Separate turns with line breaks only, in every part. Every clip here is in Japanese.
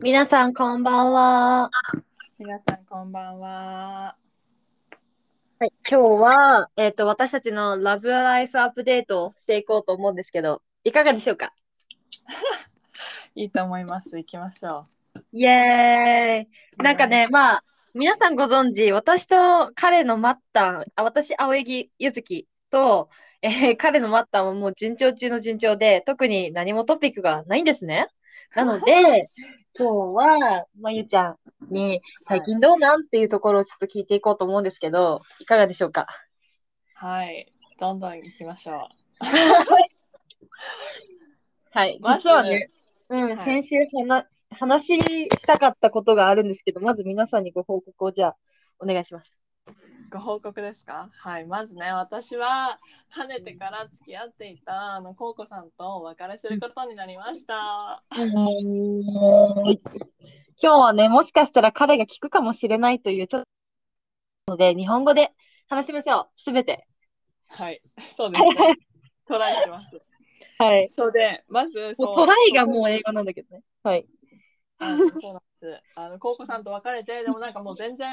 皆さんこんばんは。
皆さんこんばんは。
はい、今日は、えっ、と、私たちのラブライフアップデートをしていこうと思うんですけど、いかがでしょうか
いいと思います。行きましょ
イエーイ
う。
なんかね、まあ、皆さんご存知、私と彼のマッタン、あ私、青柳ゆずきと、え ー彼のマッタンはもう順調中の順調で、特に何もトピックがないんですね。なの で、今日は、まゆちゃんに
はい
最近どうなんっていうところをちょっと聞いていこうと思うんですけど、いかがでしょうか
う。はい。どんどん行きましょ
はい、
まず
実はね、う
は
ん、
い
先週はな、話したかったことがあるんですけど、まず皆さんにご報告をじゃあ、お願いします。
う。ご報告ですかはい。まずね、私は、かねてから付き合っていた、あの、こうこさんとお別れすることになりました。
今日はね、もしかしたら彼が聞くかもしれないという、ちょっと、ので、日本語で話しましょう、すべて。
はい。そうですね。トライします。
はい。
そうで、まず、
も
そうう
トライがもう英語なんだけどね。はい。
あのそうなんです。あの、こうこさんと別れて、でもなんかもう全然、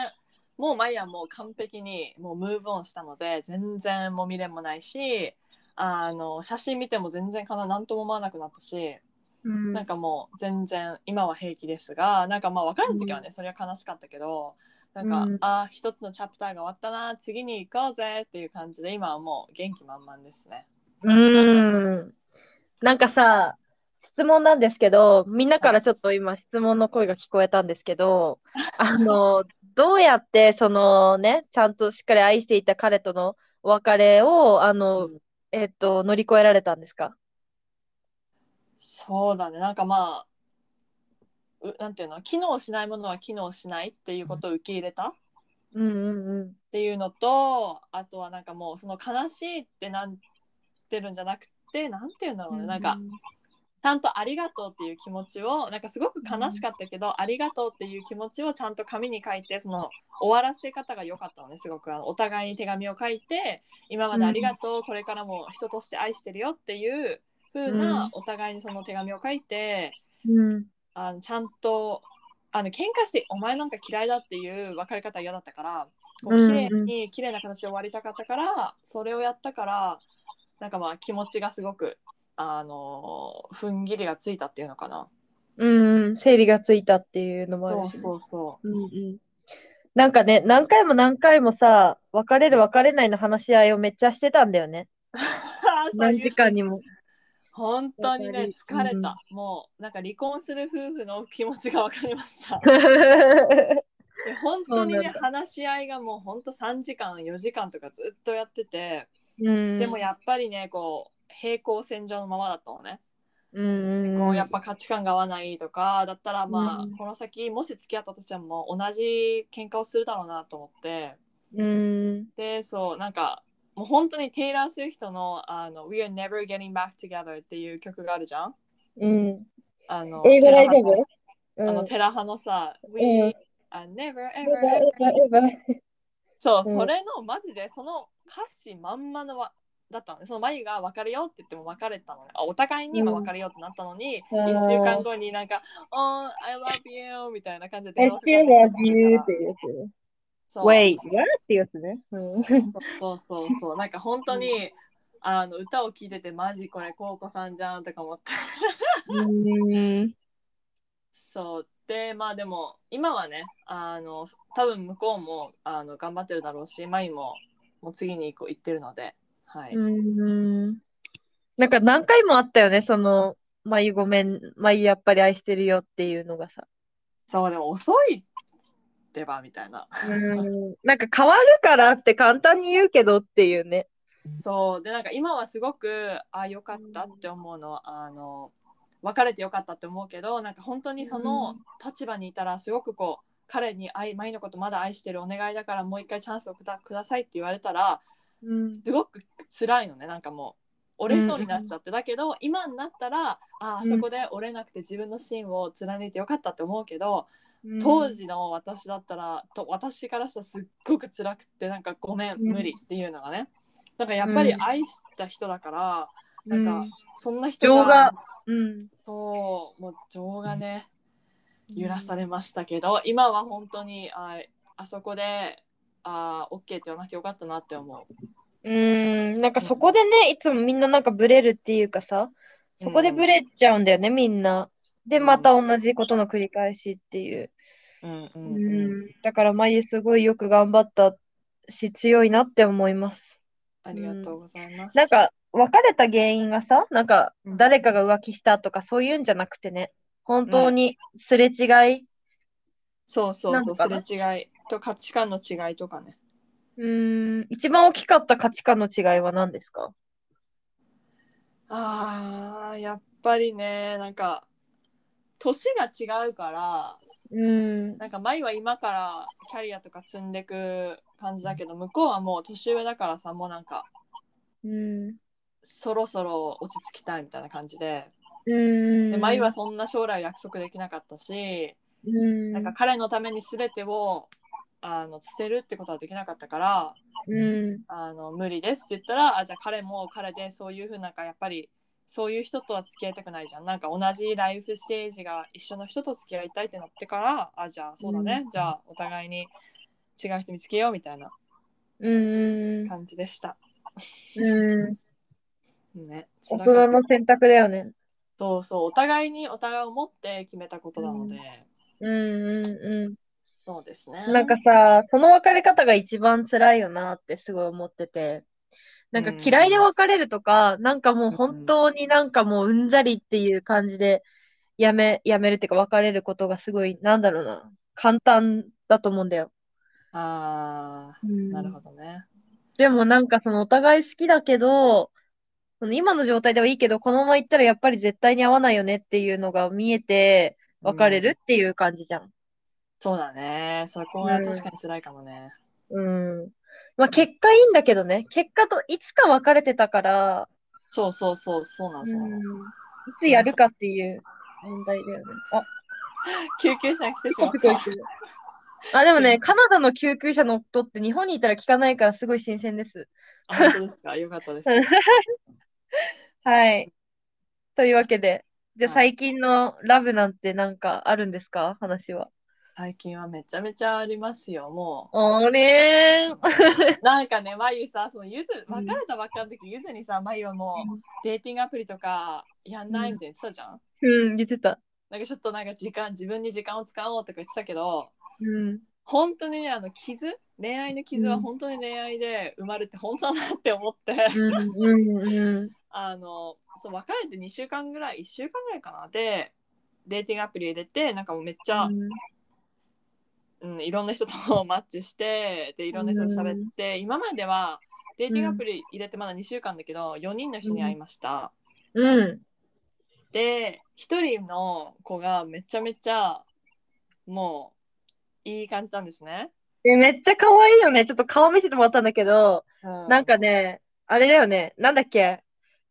もうマイヤもう完璧にもうムーブオンしたので、全然もみれもないし、あの、写真見ても全然かな、なんとも思わなくなったし、
うん
なんかもう全然今は平気ですが、なんかまあ別れの時はね、それは悲しかったけど、なんか、
うん
ああ、一つのチャプターが終わったな、次に行こうぜっていう感じで、今はもう元気満々ですね。
うーん。なんかさ、質問なんですけど、みんなからちょっと今質問の声が聞こえたんですけど、あの、どうやってそのね、ちゃんとしっかり愛していた彼とのお別れを、あの、
うん
えっと、乗り越えられたんですか
そうだねなんかまあうなんていうの機能しないものは機能しないっていうことを受け入れたっ
うんうんうん。
ていうのとあとはなんかもうその悲しいってなってるんじゃなくてなんていうんだろうね、なんかちゃんと「ありがとう」っていう気持ちをなんかすごく悲しかったけど「ありがとう」っていう気持ちをちゃんと紙に書いてその終わらせ方が良かったのねすごくあのお互いに手紙を書いて「今までありがとう、これからも人として愛してるよ」っていう風
うん
なお互いにその手紙を書いて。
うん。
あのちゃんとあの喧嘩してお前なんか嫌いだっていう別れ方は嫌だったからこう
うん
綺
うん
麗に綺麗な形で終わりたかったからそれをやったからなんかまあ気持ちがすごくあの踏ん切りがついたっていうのかな。
うんうん、整理がついたっていうのもある
そう
しね
そうそ
うんうん。なんかね、何回も何回もさ、別れる別れないの話し合いをめっちゃしてたんだよね。
う。
何時間にも。
本当に
わか
ね
る
疲れ
うん
た、もうなんか離婚する夫婦の気持ちが分かりま したで本当に
そうな
ね
んだ
話し合いがもう本当3時間4時間とかずっとやってて、
うん
でもやっぱりねこう平行線上のままだったのね、
うんうんうん
こうやっぱ価値観が合わないとかだったらまあ、
うん
この先もし付き合ったとしても同じ喧嘩をするだろうなと思って
うん
でそうなんかもう本当にテイラー・スウィフトのあの「We are never getting back together」っていう曲があるじゃん
うん
あの
英語大丈
テ
夫
ラハのあ
う
の
ん
テラハのさ「We
うん英
are never ever
語
ever
英語英語
そう、
うん
それのマジでその歌詞まんまのわだったのねその眉が別れようって言っても別れたのねあお互いに今
うん
別れようってなったのに、
うん
一1週間後になんか「Oh I love you」みたいな感じで
I
電話かか
still
っ
love
てき
you っていうやつね。
たからそう
Wait, what? っていうやつね。うん
そうそうそうなんか本当に、あの歌を聴いててマジこれコウコさんじゃんとか思って
うん
そうでまあでも今はねあの多分向こうもあの頑張ってるだろうしマイももう次に行こう行ってるのではい、
うんなんか何回もあったよね、その、まゆごめん、まゆやっぱり愛してるよっていうのがさ。
そうでも遅いってばみたいな
うんなんか変わるからって簡単に言うけどっていうね。
そうでなんか今はすごくあよかったって思うのはあの別れてよかったって思うけどなんか本当にその立場にいたらすごくこう彼に愛前のことまだ愛してるお願いだからもう一回チャンスをくだくださいって言われたら
うん
すごく辛いのねなんかもう折れそうになっちゃって、だけど今になったらああそこで折れなくて自分の芯を貫いてよかったって思うけど、当時の私だったらと私からしたらすっごく辛くってなんかごめん
うん
無理っていうのがねなんかやっぱり愛した人だから、なんかそんな人
情が
が
うん
そうもう情がね揺らされましたけど、今は本当にああそこであ OK って言わなきゃよかったなって思う。
うーん、なんかそこでね、いつもみんななんかブレるっていうかさ、そこでブレちゃうんだよね、みんな。で、また同じことの繰り返しっていう。
うんう
うん
うん、
ん、だから、まゆすごいよく頑張ったし、強いなって思います。
ありがとうございます。
なんか、別れた原因がさ、なんか、
うん
誰かが浮気したとか、そういうんじゃなくてね、本当にすれ違い。
そうそうそう
な
す
ん
れ
か
違いと価値観の違いとかね。
うーん、一番大きかった価値観の違いは何ですか
あーやっぱりねなんか年が違うから
うーん、
なんか舞は今からキャリアとか積んでく感じだけど向こうはもう年上だからさもうなんか
うん、
そろそろ落ち着きたいみたいな感じで
うん、
で舞はそんな将来を約束できなかったし
うん、
なんか彼のために全てをあの捨てるってことはできなかったから
うん、
あの無理ですって言ったらあじゃあ彼も彼でそういうふうなんかやっぱりそういう人とは付き合いたくないじゃんなんか同じライフステージが一緒の人と付き合いたいってなってからあじゃあそうだね、じゃあお互いに違う人見つけようみたいな
うん、
感じでした。
うん、
ね、
大
辛
人
かった
の選択だよね。
そうそうお互いにお互いを持って決めたことなので、
ううん、うん、う
そうですね。
ん。なんかさ、その別れ方が一番辛いよなってすごい思ってて。なんか
うん
嫌いで別れるとか、なんかもう本当になんかもううんざりっていう感じでやめ、やめるっていうか別れることがすごい、なんだろうな、簡単だと思うんだよ。
あーなるほどね。
でもなんかそのお互い好きだけど、その今の状態ではいいけど、このまま行ったらやっぱり絶対に合わないよねっていうのが見えて、別れ
うん
るっていう感じじゃん。
そうだね。そこは確かに辛いかもね。
うん。まあ結果いいんだけどね。結果といつか別れてたから、
そうそうそうそうなのそうなの
いつやるかっていう問題だよね。あ、
救急車が来てし
ピ
ま
コ
っ
ピコ言
た
って。る。あ、でも
そう
ね、
です
カナダの救急車の音って日本にいたら聞かないからすごい新鮮です。
あ本当ですか。よかったです。
はい。というわけで、じゃあ
はい
最近のラブなんてなんかあるんですか話は。
最近はめちゃめちゃありますよ。も
あれー。
うなんかね、まゆさ、そのゆず
うん
別れたばっかの時、ゆずにさ、まゆはも
う
うデーティングアプリとかやんないみたいに言ってたじゃん。
うん、言ってた。
なんかちょっとなんか時間自分に時間を使おうとか言ってたけど、
うん。
本当にねあの傷恋愛の傷
う
は
ん
本当に恋愛で埋まるって本当だなって思って、
うん、うん、
あのそう別れて2週間ぐらい1週間ぐらいかなでデーティングアプリ入れてなんかもうめっちゃ、うんいろんな人とマッチしてでいろんな人と喋って、今まではデーティングアプリ入れてまだ2週間だけど4人の人に会いました、
うん。
で1人の子がめちゃめちゃもういい感じなんですね、
えめっちゃ可愛いよね。ちょっと顔見せてもらったんだけど、
う
なんかね、あれだよね。なんだっけ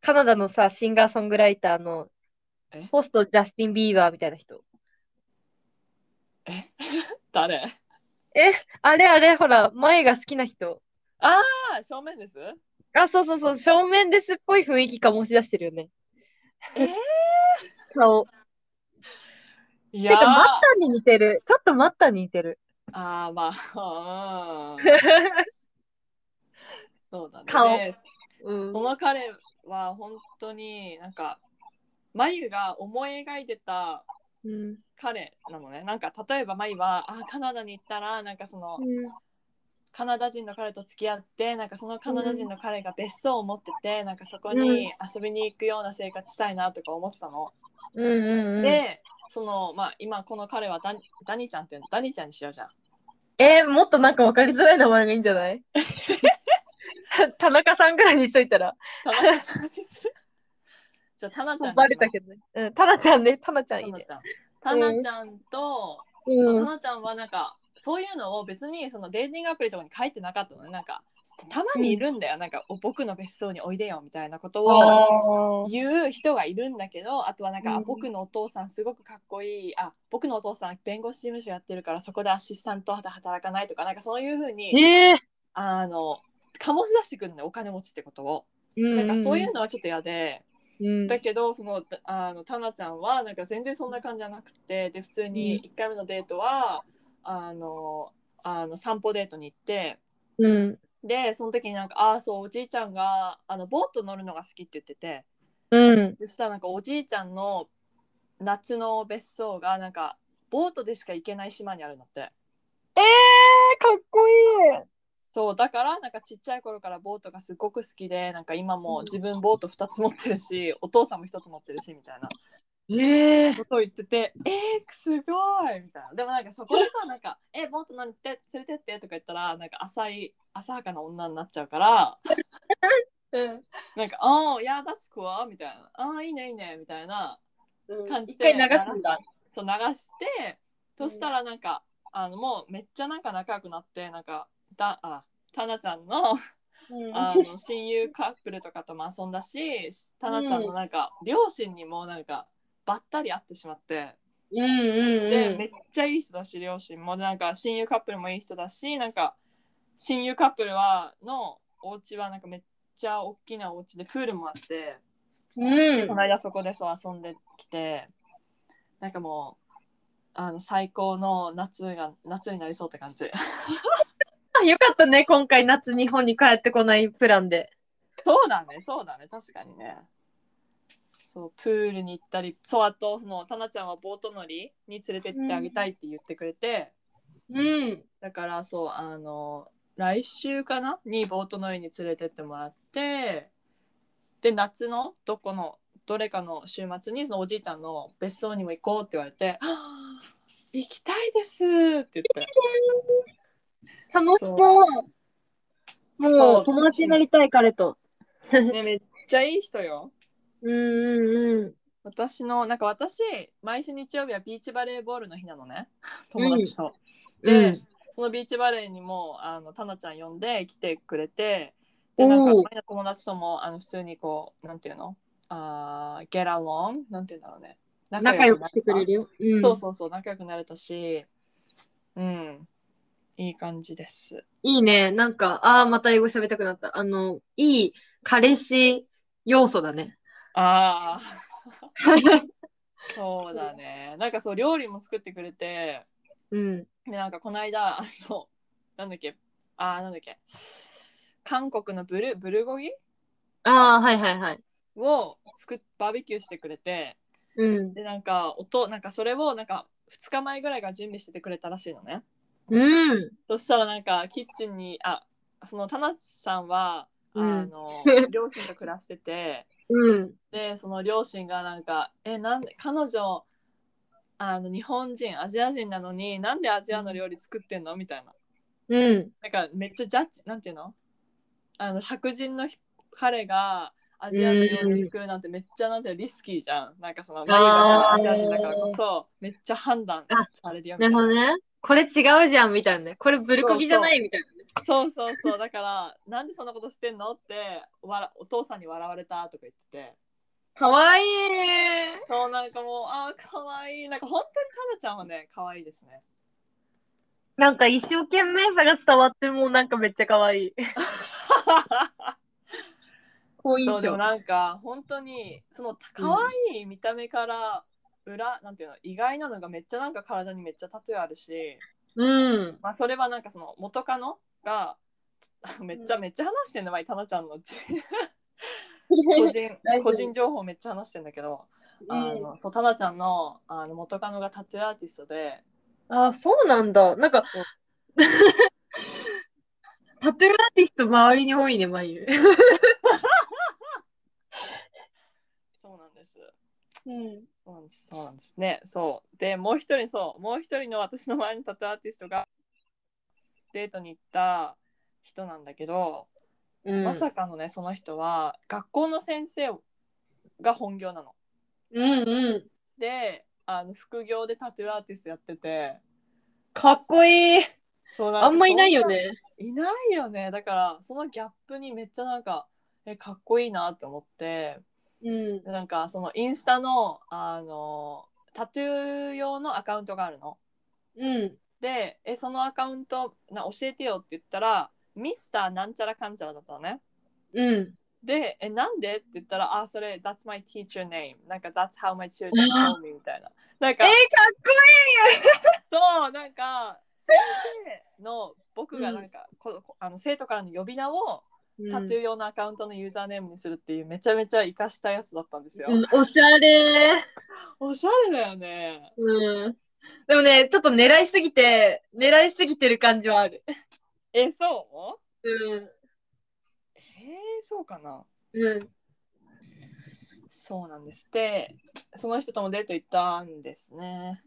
カナダのさ、シンガーソングライターの
え、
ポストジャスティン・ビーバーみたいな人。
え誰
あれあれ、ほら、前が好きな人。
あ正面です
あ、そうそうそう、正面ですっぽい雰囲気醸し出してるよね。
えー
顔。
い
て
やー
か、マッタに似てる。ちょっとマッタに似てる。
あ ーまあ、うん、そうだね。
顔
で
うん
その彼は本当になんか眉が思い描いてた
うん。
彼なのね。なんか例えば眉はあーカナダに行ったらなんかそのカナダ人の彼と付き合ってなんかそのカナダ人の彼が別荘を持っててなんかそこに遊びに行くような生活したいなとか思ってたの。
うんうんうん。
でそのまあ今この彼はダニダニちゃんってダニちゃんにしようじゃん。
えー、もっとなんか分かりづらい名前がいいんじゃない 田中さんぐらいにしといたら。
田中さんに するじゃあタナちゃんにします
バレたけどね。うん、タナちゃんね、タナちゃんい
タ
い
ナ
ね。
ちゃん。タナちゃんと、そううんタ。ナちゃんはなんかそういうのを別にそのデーティングアプリとかに書いてなかったのねなんかたまにいるんだよ、なんかお僕の別荘においでよみたいなことを
あ
言う人がいるんだけどあとはなんか、あ
うん
僕のお父さんすごくかっこいいあ僕のお父さん弁護士事務所やってるからそこでアシスタントで働かないとかなんかそういうふう
ー
に
え
あの醸し出してくるのねお金持ちってことを
ー、
なんかそういう
の、
のはちょっと嫌で、
うん
だけどそのたあのタナちゃんはなんか全然そんな感じじゃなくてで普通に1回目のデートは、あのあの散歩デートに行って
うん
でその時になんかああそうおじいちゃんがあのボート乗るのが好きって言ってて
うん
でそしたらなんかおじいちゃんの夏の別荘がなんかボートでしか行けない島にあるんだって。
えー、かっこいい
そうだからなんかちっちゃい頃からボートがすごく好きでなんか今も自分ボート2つ持ってるしお父さんも1つ持ってるしみたいな
えー、
ことを言ってて「えー、すごい!」みたいなでもなんかそこでさなんか 「えボート乗って連れてって」とか言ったらなんか浅い浅はかな女になっちゃうから
うん
なんか「ああいやだつくわ」みたいな「ああいいねいいね」みたいな感じ
一
で
回流すんだ。
そう流してそしたらなんか、あのもうめっちゃなんか仲良くなってなんかだあタナちゃんの
うん
あの親友カップルとかとも遊んだしタナちゃんのなんか、両親にもなんかばったり会ってしまって
うんうん
で、
うん
めっちゃいい人だし両親もでなんか親友カップルもいい人だしなんか親友カップルはのお家はなんかめっちゃ大きなお家でプールもあって、
うん
この間そこでそう遊んできてなんかもうあの最高の夏が夏になりそうって感じ。
あよかったね今回夏日本に帰ってこないプランで。
そうだね、そうだね、確かにね。そう、プールに行ったり、そう、あと、その、タナちゃんはボート乗りに連れてってあげたいって言ってくれて、
うん
だから、そう、あの、来週かなにボート乗りに連れてってもらって、で、夏のどこの、どれかの週末に、そのおじいちゃんの別荘にも行こうって言われて、はぁ行きたいですって言って。
楽しそう。もう
そう
友達になりたい彼と。
ね、めっちゃいい人よ。
うんうんうん。
私のなんか私毎週日曜日はビーチバレーボールの日なのね友達と、で、
うん
そのビーチバレーにもあのタナちゃん呼んで来てくれてでなんか
お
前
う
の友達ともあの普通にこうなんていうのあー get along なんていうんだろうね
仲良く
な
してくれるよ。うん
そうそうそう仲良くなれたしうんいい感じです
いいね。なんか、ああ、また英語喋りたくなった。あの、いい彼氏要素だね。
ああそうだねなんかそう料理も作ってくれて
うん。
でなんかこの間あのなんだっけあーなんだっけ韓国のブルブルゴギ
ああ、はいはいはい。
を作っバーベキューしてくれて
うん。
でなんか音なんかそれをなんか2日前ぐらいから準備しててくれたらしいのね
うん。
そしたらなんかキッチンにあその田中さんはあ
うん
の、両親と暮らしてて
うん。
でその両親がなんか「えなんで彼女あの日本人アジア人なのになんでアジアの料理作ってんの?」みたいな
うん。
なんかめっちゃジャッジなんていうのあの白人のひ彼がアジアの料理を作るなんてめっちゃなんていうのリスキーじゃん。なんかそのマリーがアジア人だからこそめっちゃ判断されるよみ
な
た
る
い
ほ
な。
どね。これ違うじゃんみたいなね。これブルコギじゃないみたいなね。
そうそうそうだからなんでそんなことしてんのってわらお父さんに笑われたとか言ってて。
かわいい。
そうなんかもうあーかわいい。なんか本当にタナちゃんはねかわいいですね。
なんか一生懸命さが伝わってもうなんかめっちゃかわいい。好印
そうでも
象。
なんか本当にその可愛い見た目から裏、なんていうの意外なのがめっちゃなんか体にめっちゃタトゥーあるし、
うん。
まあ、それはなんかその元カノがめっちゃ、
うん
めっちゃ話してんの前タナちゃんのう ち個人
大丈夫
個人情報めっちゃ話してんだけど、あのそうタナちゃんのあの元カノがタトゥーアーティストで
ああ、そうなんだ。なんか、タトゥーアーティスト周りに多いね、まゆ。
そうなんです。
うん。
そうなんですそうなんですね。そう。で、もう一人、そう、もう一人の私の前のタトゥーアーティストがデートに行った人なんだけど、
うん、
まさかのね、その人は学校の先生が本業なの。
うんうん。
で、あの副業でタトゥーアーティストやってて、
かっこいい。
そう
あんまいないよ。
なんか
ね。
そんないないよね。だから、そのギャップにめっちゃなんか、え、かっこいいなって思って、
うん。
でなんかそのインスタの、あの、タトゥー用のアカウントがあるの。
うん。
でえそのアカウントな教えてよって言ったらミスターなんちゃらかんちゃらだったのね
うん。
で、え、なんでって言ったら、あ、それ、that's my teacher name。なんか、that's how my children call me みたいな。なん
えー、
か
か、っこ
そう、なんか、先生の僕がなんか、ここあの生徒からの呼び名を
いい、
タトゥー用のアカウントのユーザーネームにするっていう、めちゃめちゃ活かしたやつだったんですよ。
うん、おしゃれ。
おしゃれだよね。
うん。でもね、ちょっと狙いすぎて、狙いすぎてる感じはある。
え、そう
うん。
えー、そうかな。
うん。
そうなんです。で、その人ともデート行ったんですね。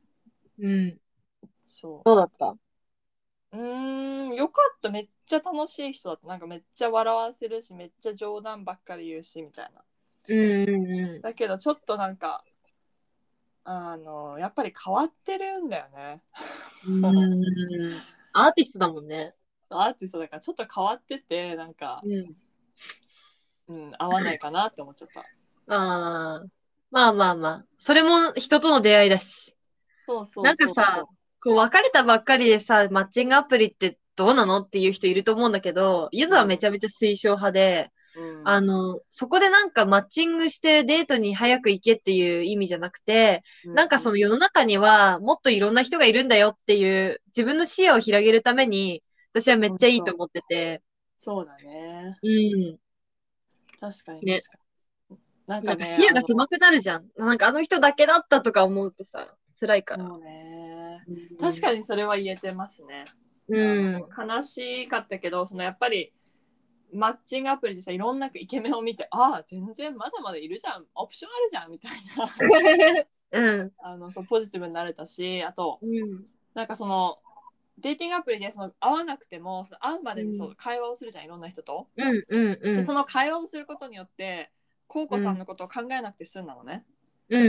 うん。
そう。
どうだった
うーん、よかった。めっちゃ楽しい人だった。なんかめっちゃ笑わせるし、めっちゃ冗談ばっかり言うし、みたいな。
うんうんう
だけど、ちょっとなんか、あの、やっぱり変わってるんだよね。
ん。うん。アーティストだもんね。
アーティストだから、ちょっと変わってて、なんか、
う
うん、合わないかなって思っちゃった。
ん。ああ。まあまあまあ。それも人との出会いだし。
そうそうそう。
なんかさ、こう別れたばっかりでさ、マッチングアプリってどうなのっていう人いると思うんだけど、ゆずはめちゃめちゃ推奨派で、
うん、
あの、そこでなんかマッチングしてデートに早く行けっていう意味じゃなくて、なんかその世の中にはもっといろんな人がいるんだよっていう自分の視野を広げるために私はめっちゃいいと思ってて。
そうだね。
うん。
確かに確かに。
ね
なん
な
か
んか
ね、
視野が
あ
狭くなるじゃん。なんかあの人だけだったとか思うとさ、辛いか
の
ら。
そうね。確かにそれは言えてますね。
に。うん。
あの悲しかったけどそのやっぱりマッチングアプリでさいろんなイケメンを見てああ全然まだまだいるじゃんオプションあるじゃんみたいな
うん。
あのそうポジティブになれたしあと
うん。
なんかそのデーティングアプリでその会わなくてもその会うまでにそうの会話をするじゃん、いろんな人と、
うん。うん。うん。
でその会話をすることによってコウコさんのことを考えなくて済んだのね、
うん。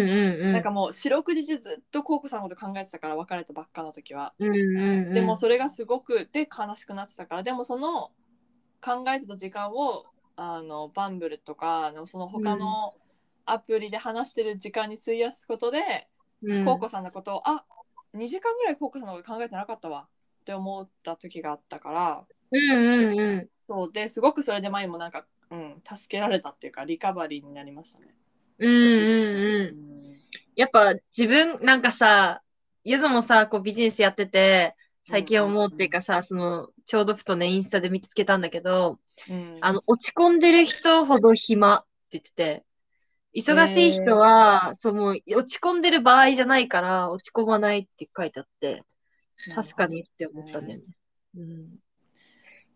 うん。
なんかもう四六時中ずっとコウコさんのこと考えてたから別れたばっかの時は
うん。うん。
でもそれがすごくで悲しくなってたからでもその考えてた時間をあのバンブルとかあのその他のアプリで話してる時間に費やすことで、
うん、
コウコさんのことをあ2時間ぐらいコウコさんのこと考えてなかったわって思った時があったから
うん。うん。うん。
そうですごくそれで前もなんか、うん、助けられたっていうかリカバリーになりましたね。
うん。うん。うん。やっぱ自分なんかさ、ゆずもさ、こうビジネスやってて、最近思うっていうかさ、その、ちょうどふとね、インスタで見つけたんだけど、
うん
あの、落ち込んでる人ほど暇って言ってて、忙しい人は、そう、もう落ち込んでる場合じゃないから、落ち込まないって書いてあって、確かにって思ったんだよね。うん。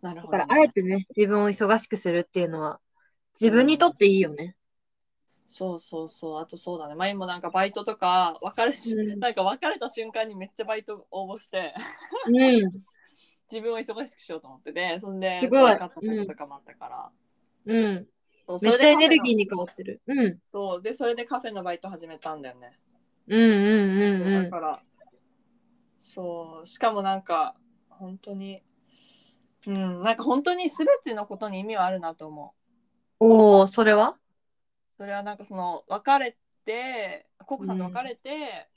なる
だ
ほ
から、
ど、ね、
あえてね、自分を忙しくするっていうのは、自分にとっていいよね。
そうそうそうあとそうだね前もなんかバイトとか別れ、
うん
なんか別れた瞬間にめっちゃバイト応募して
うん。
自分を忙しくしようと思っててそんです
ごい
そう買ったこととかもあったから、
うん。
そうそ
めっ
れ
ち
で
ゃエネルギーに
カフ
変わ
ェの
ってる。うん。
そうでそれでカフェのバイト始めたんだよね、
うんうんうんう
だ
ん。
からそうしかもなんか本当にうんなんか本当に全てのことに意味はあるなと思う
おお、それは
それはなんかその別れてココさんと別れて、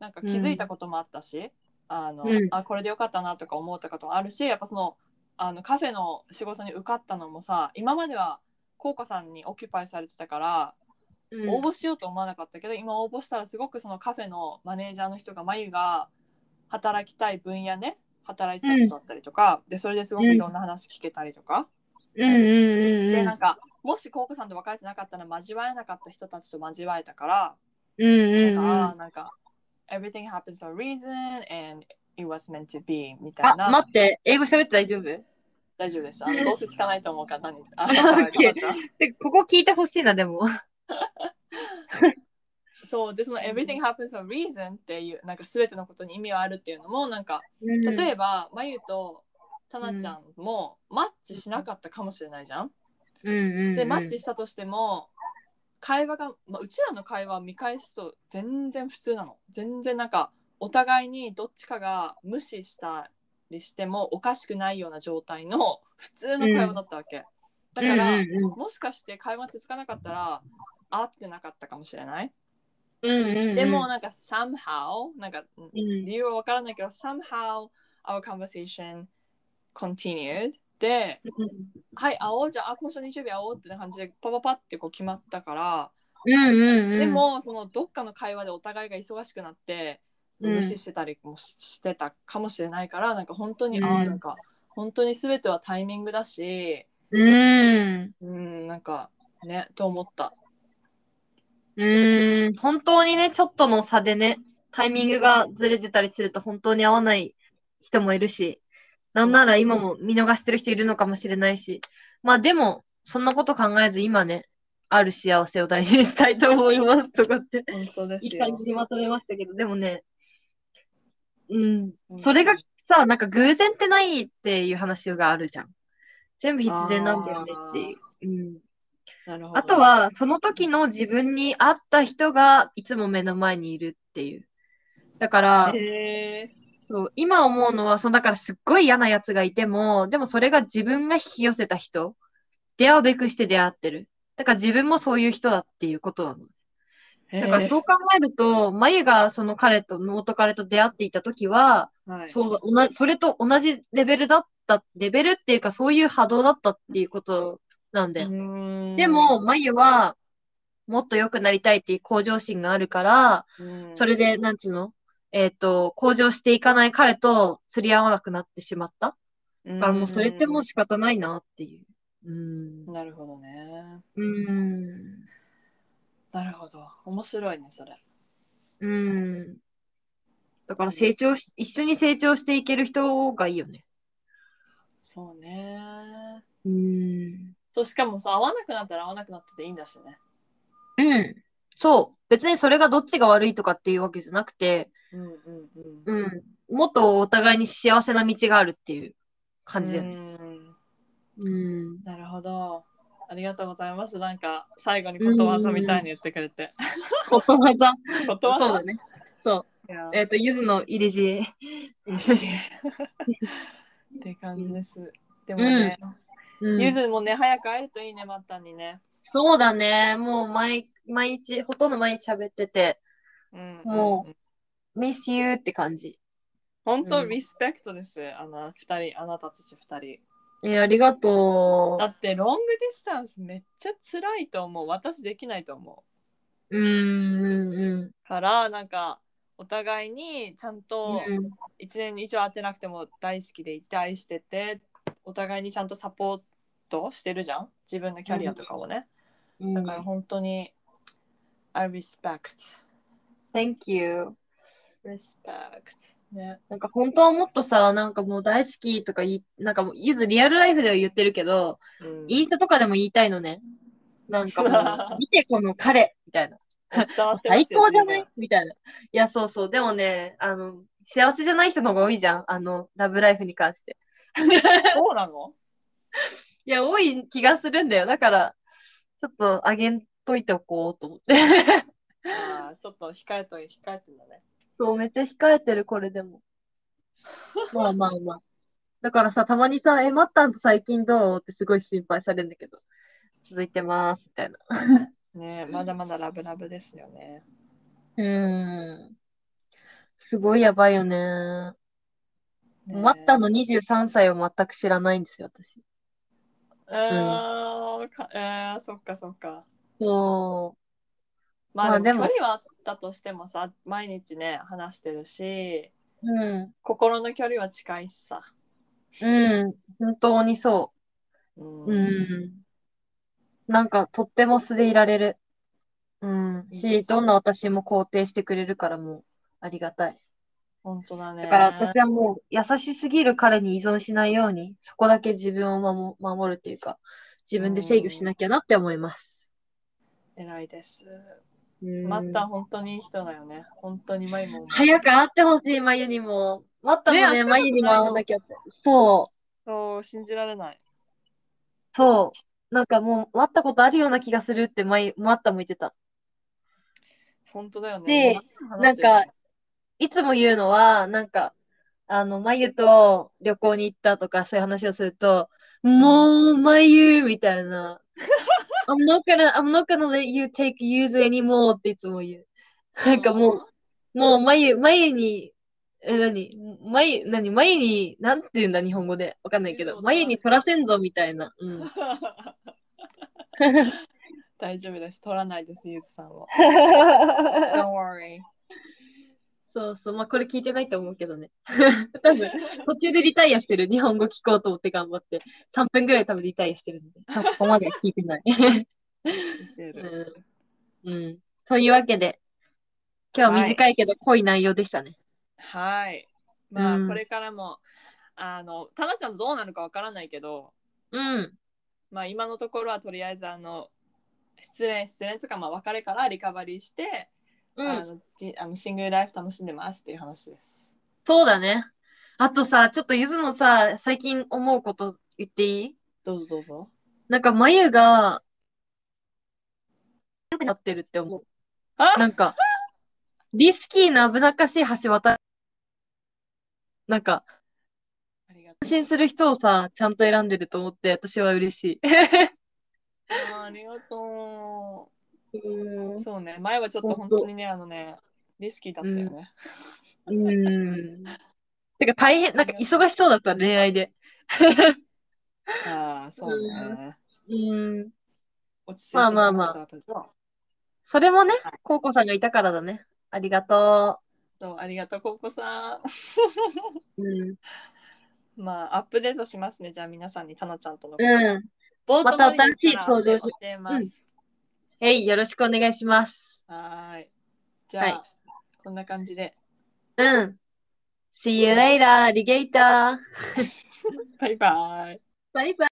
なんか気づいたこともあったし、あの
うん
あこれでよかったなとか思ったこともあるしやっぱそのあのカフェの仕事に受かったのもさ今まではココさんにオキュパイされてたから
うん
応募しようと思わなかったけど、今応募したらすごくそのカフェのマネージャーの人が眉が働きたい分野ね働いてた人だったりとか、でそれですごくいろんな話聞けたりとか、
うんうんうん
で
う
なん
ん。
かもしココさんと別れてなかったら交わえなかった人たちと交わえたから、
うんうんうん。
なん
あ、
かなんか everything happens for a reason and it was meant to be みたいな。
待って、英語喋って大丈夫
大丈夫です。あのどうせ聞かないと思うから何 あ
OK でここ聞いてほしいな、でも。
そうでその everything happens for a reason っていうなんか全てのことに意味はあるっていうのもなんか例
例
えば、まゆとたなちゃんもマッチしなかったかもしれないじゃん。
ば
でマッチ
し
したとしても会話が、まあ、うちらの会話を見返すと全然普通なの全然なんかお互いにどっちかが無視したりしてもおかしくないような状態の普通の会話だったわけ、だ
うん
か
うん
ら、
う
もしかして会話続かなかったら会ってなかったかもしれない、
んうんうんうん。
でもなんか somehow なんか
うん、
理由はわからないけど somehow our conversation continued って、
うん
はい、会おう、じゃあ、あ今週日曜日会おうってな感じで、パパパってこう決まったから、
うんうん。
で、も、そのどっかの会話でお互いが忙しくなって、
うん
無視してたりもししてたかもしれないから、なんか本当に、
うん
ああ、なんか、本当に全てはタイミングだし、
うん。
うん、なんか、ね、と思った。
うん。本当にね、ちょっとの差でね、タイミングがずれてたりすると本当に合わない人もいるし、なんなら今も見逃してる人いるのかもしれないし、まあでも、そんなこと考えず今ね、ある幸せを大事にしたいと思いますとかって。
本当です
いい
よ。
感じにまとめましたけど、でもね、うん、
うん
それがさ、なんか偶然ってないっていう話があるじゃん。全部必然なんだよねっていう。うん、
なるほど
あと、は、その時の自分に合った人がいつも目の前にいるっていう。だから、
へー
そう、今思うのは、そのだからすっごい嫌なやつがいても、でもそれが自分が引き寄せた人、出会うべくして出会ってる。だから自分もそういう人だっていうことなの。
へー
だからそう考えると、まゆがその彼と、元彼と出会っていた時は、
はい
そうおなそれと同じレベルだった、レベルっていうかそういう波動だったっていうことなんだよ。
うん
でも、、まゆは、もっと良くなりたいっていう向上心があるから、
うん
それで、なんつうのえっ、と、向上していかない彼と釣り合わなくなってしまった。だからもうそれってもう仕方ないなっていう。うん
う。んなるほどね。
うん。
なるほど。面白いね、それ。
うん。だから成長し、一緒に成長していける人がいいよね。
そうね。
うん。
そう、しかもそう、合わなくなったら合わなくなってていいんだしね。
うん。そう。別にそれがどっちが悪いとかっていうわけじゃなくて、
うんうんうん。
うん。もっとお互いに幸せな道があるっていう感じだよね。
うん
うん。
なるほど。ありがとうございます。なんか、最後にことわざみたいに言ってくれて。
ことわざ。
こと
そ
わ
う
ざ
だね。そう。
いや
えっ、と、ゆずの入れ知恵。
って感じです。でもね、
うん
ゆずもね、早く会えるといいね、まったんにね。
そうだね。もう毎、毎日、ほとんど毎日喋ってて、
うん、
も
うん
miss you って感じ。
本
う
当、
ん
リスペクトです。あの、二人、あなたたち二人。
えーありがと
だって、ロングディスタンスめっちゃ辛いと思う。私できないと思
う。うん、うん、
う。から、なんか、お互いにちゃん
うん
と。一年に一応会ってなくても大好きでいて愛してて、お互いにちゃんとサポートしてるじゃん。自分のキャリアとかをね。
うん。
だから本当に、I respect.
Thank you.
respect ね
なんか本当はもっとさ、なんかもう大好きとか言い、なんかもう、ゆずリアルライフでは言ってるけど、インスタとかでも言いたいのね。なんかも う、見てこの彼みたいな。
伝わってま
最
すよ
高じゃな
全
いみたいな。いや、そうそう。でもね、あの、幸せじゃない人の方が多いじゃん。あの、ラブライフに関して。
然そうなの
いや、多い気がするんだよ。だから、ちょっとあげんといておこうと思って。
あーちょっと控えと控えてんだね
そう、めっちゃ控えてる、これでも。まあまあまあ。だからさ、たまにさ、え、マッタンと最近どうってすごい心配されるんだけど、続いてます、みたいな。
ねまだまだラブラブですよね
うーん。すごいやばいよね。
ね
マッタンの23歳を全く知らないんですよ、私。
あーかえーそっかそっか
そう。ま
ま
あ
あ
で
で
も
も,、距離はあったとしてもさ毎日ね話してるし
うん。
心の距離は近いしさ、
うん。本当にそうう。
ん
うん。なんか、とっても素でいられる。うん。
いいで
し、
すね
どんな私も肯定してくれるからもう、ありがたい。
本当だね
だから私はもう、優しすぎる彼に依存しないように、そこだけ自分を守守るっていうか、自分で制御しなきゃなって思います。
偉いです
うん。
マッタン本当にいい人だよね本当に毎も
早く会ってほしい、まゆにも。待ったも
ね
ね、
会ったこと
まゆにも会わなきゃって。そう。
そう信じられない
そう。なんかもう、会ったことあるような気がするって、まゆ、まったも言ってた。
本当だよ
で
ね。話してる
なんかいつも言うのは、なんか、あの、まゆと旅行に行ったとか、そういう話をすると、もう、まゆみたい な。I'm not gonna, I'm not gonna let you take use anymore っていつも言う。なんかもう、もう、まゆ、まゆに、え、なに、前、なに、前に、なんて言うんだ、日本語で。わかんないけ
そ
ど、
う
前に取らせんぞ、みたいな。 うん。
大丈夫です。取らないです、ゆずさ んは。
笑
Don't worry.
そうそう、まあ、これ聞いてないと思うけどね。 多分、途中でリタイアしてる。日本語聞こうと思って頑張って。3分ぐらい多分リタイアしてるんで。多分ここまでは聞いてない。
見てる
うん。うん。というわけで、今日は短いけど濃い内容でしたね。
はい。まあ、
うん
これからも、あの、たなちゃんとどうなるかわからないけど、
うん。
まあ、今のところはとりあえず、あの、失恋、失恋とか、まあ、別れからリカバリーして、
う
あ
ん。
のじあのシングルライフ楽しんでますっていう話です。
そうだね。あとさ、ちょっとゆずのさ、最近思うこと言っていい
どうぞどうぞ。
なんか眉が、良くなってるって思う。
あ
なんか、リスキーな危なっかしい橋渡なんか、
ありがと
安心する人をさ、ちゃんと選んでると思って、私は嬉し
う。ありがと
い。う
う。そうね、前はちょっと本当にね、あのね、リスキーだったよね。
ん。てか大変、なんか忙しそうだった、恋愛で。
ああ、そうね。
うん。
落ち着いて
まあまあまあ
きした私は
それもね、コウコさんがいたからだね。ありがと
そうありがとう、ココさん。
う。うん。
まあ、アップデートしますね。じゃあ、皆さんに、たなちゃんとのこと。
うん。
冒頭の
また新しい
から教え
登場
教えます。
えい、よろしくお願いします。
はーい。じゃあ、
はい
こんな感じで。
うん。See you later, alligator.
バイバイ。
バイバイ。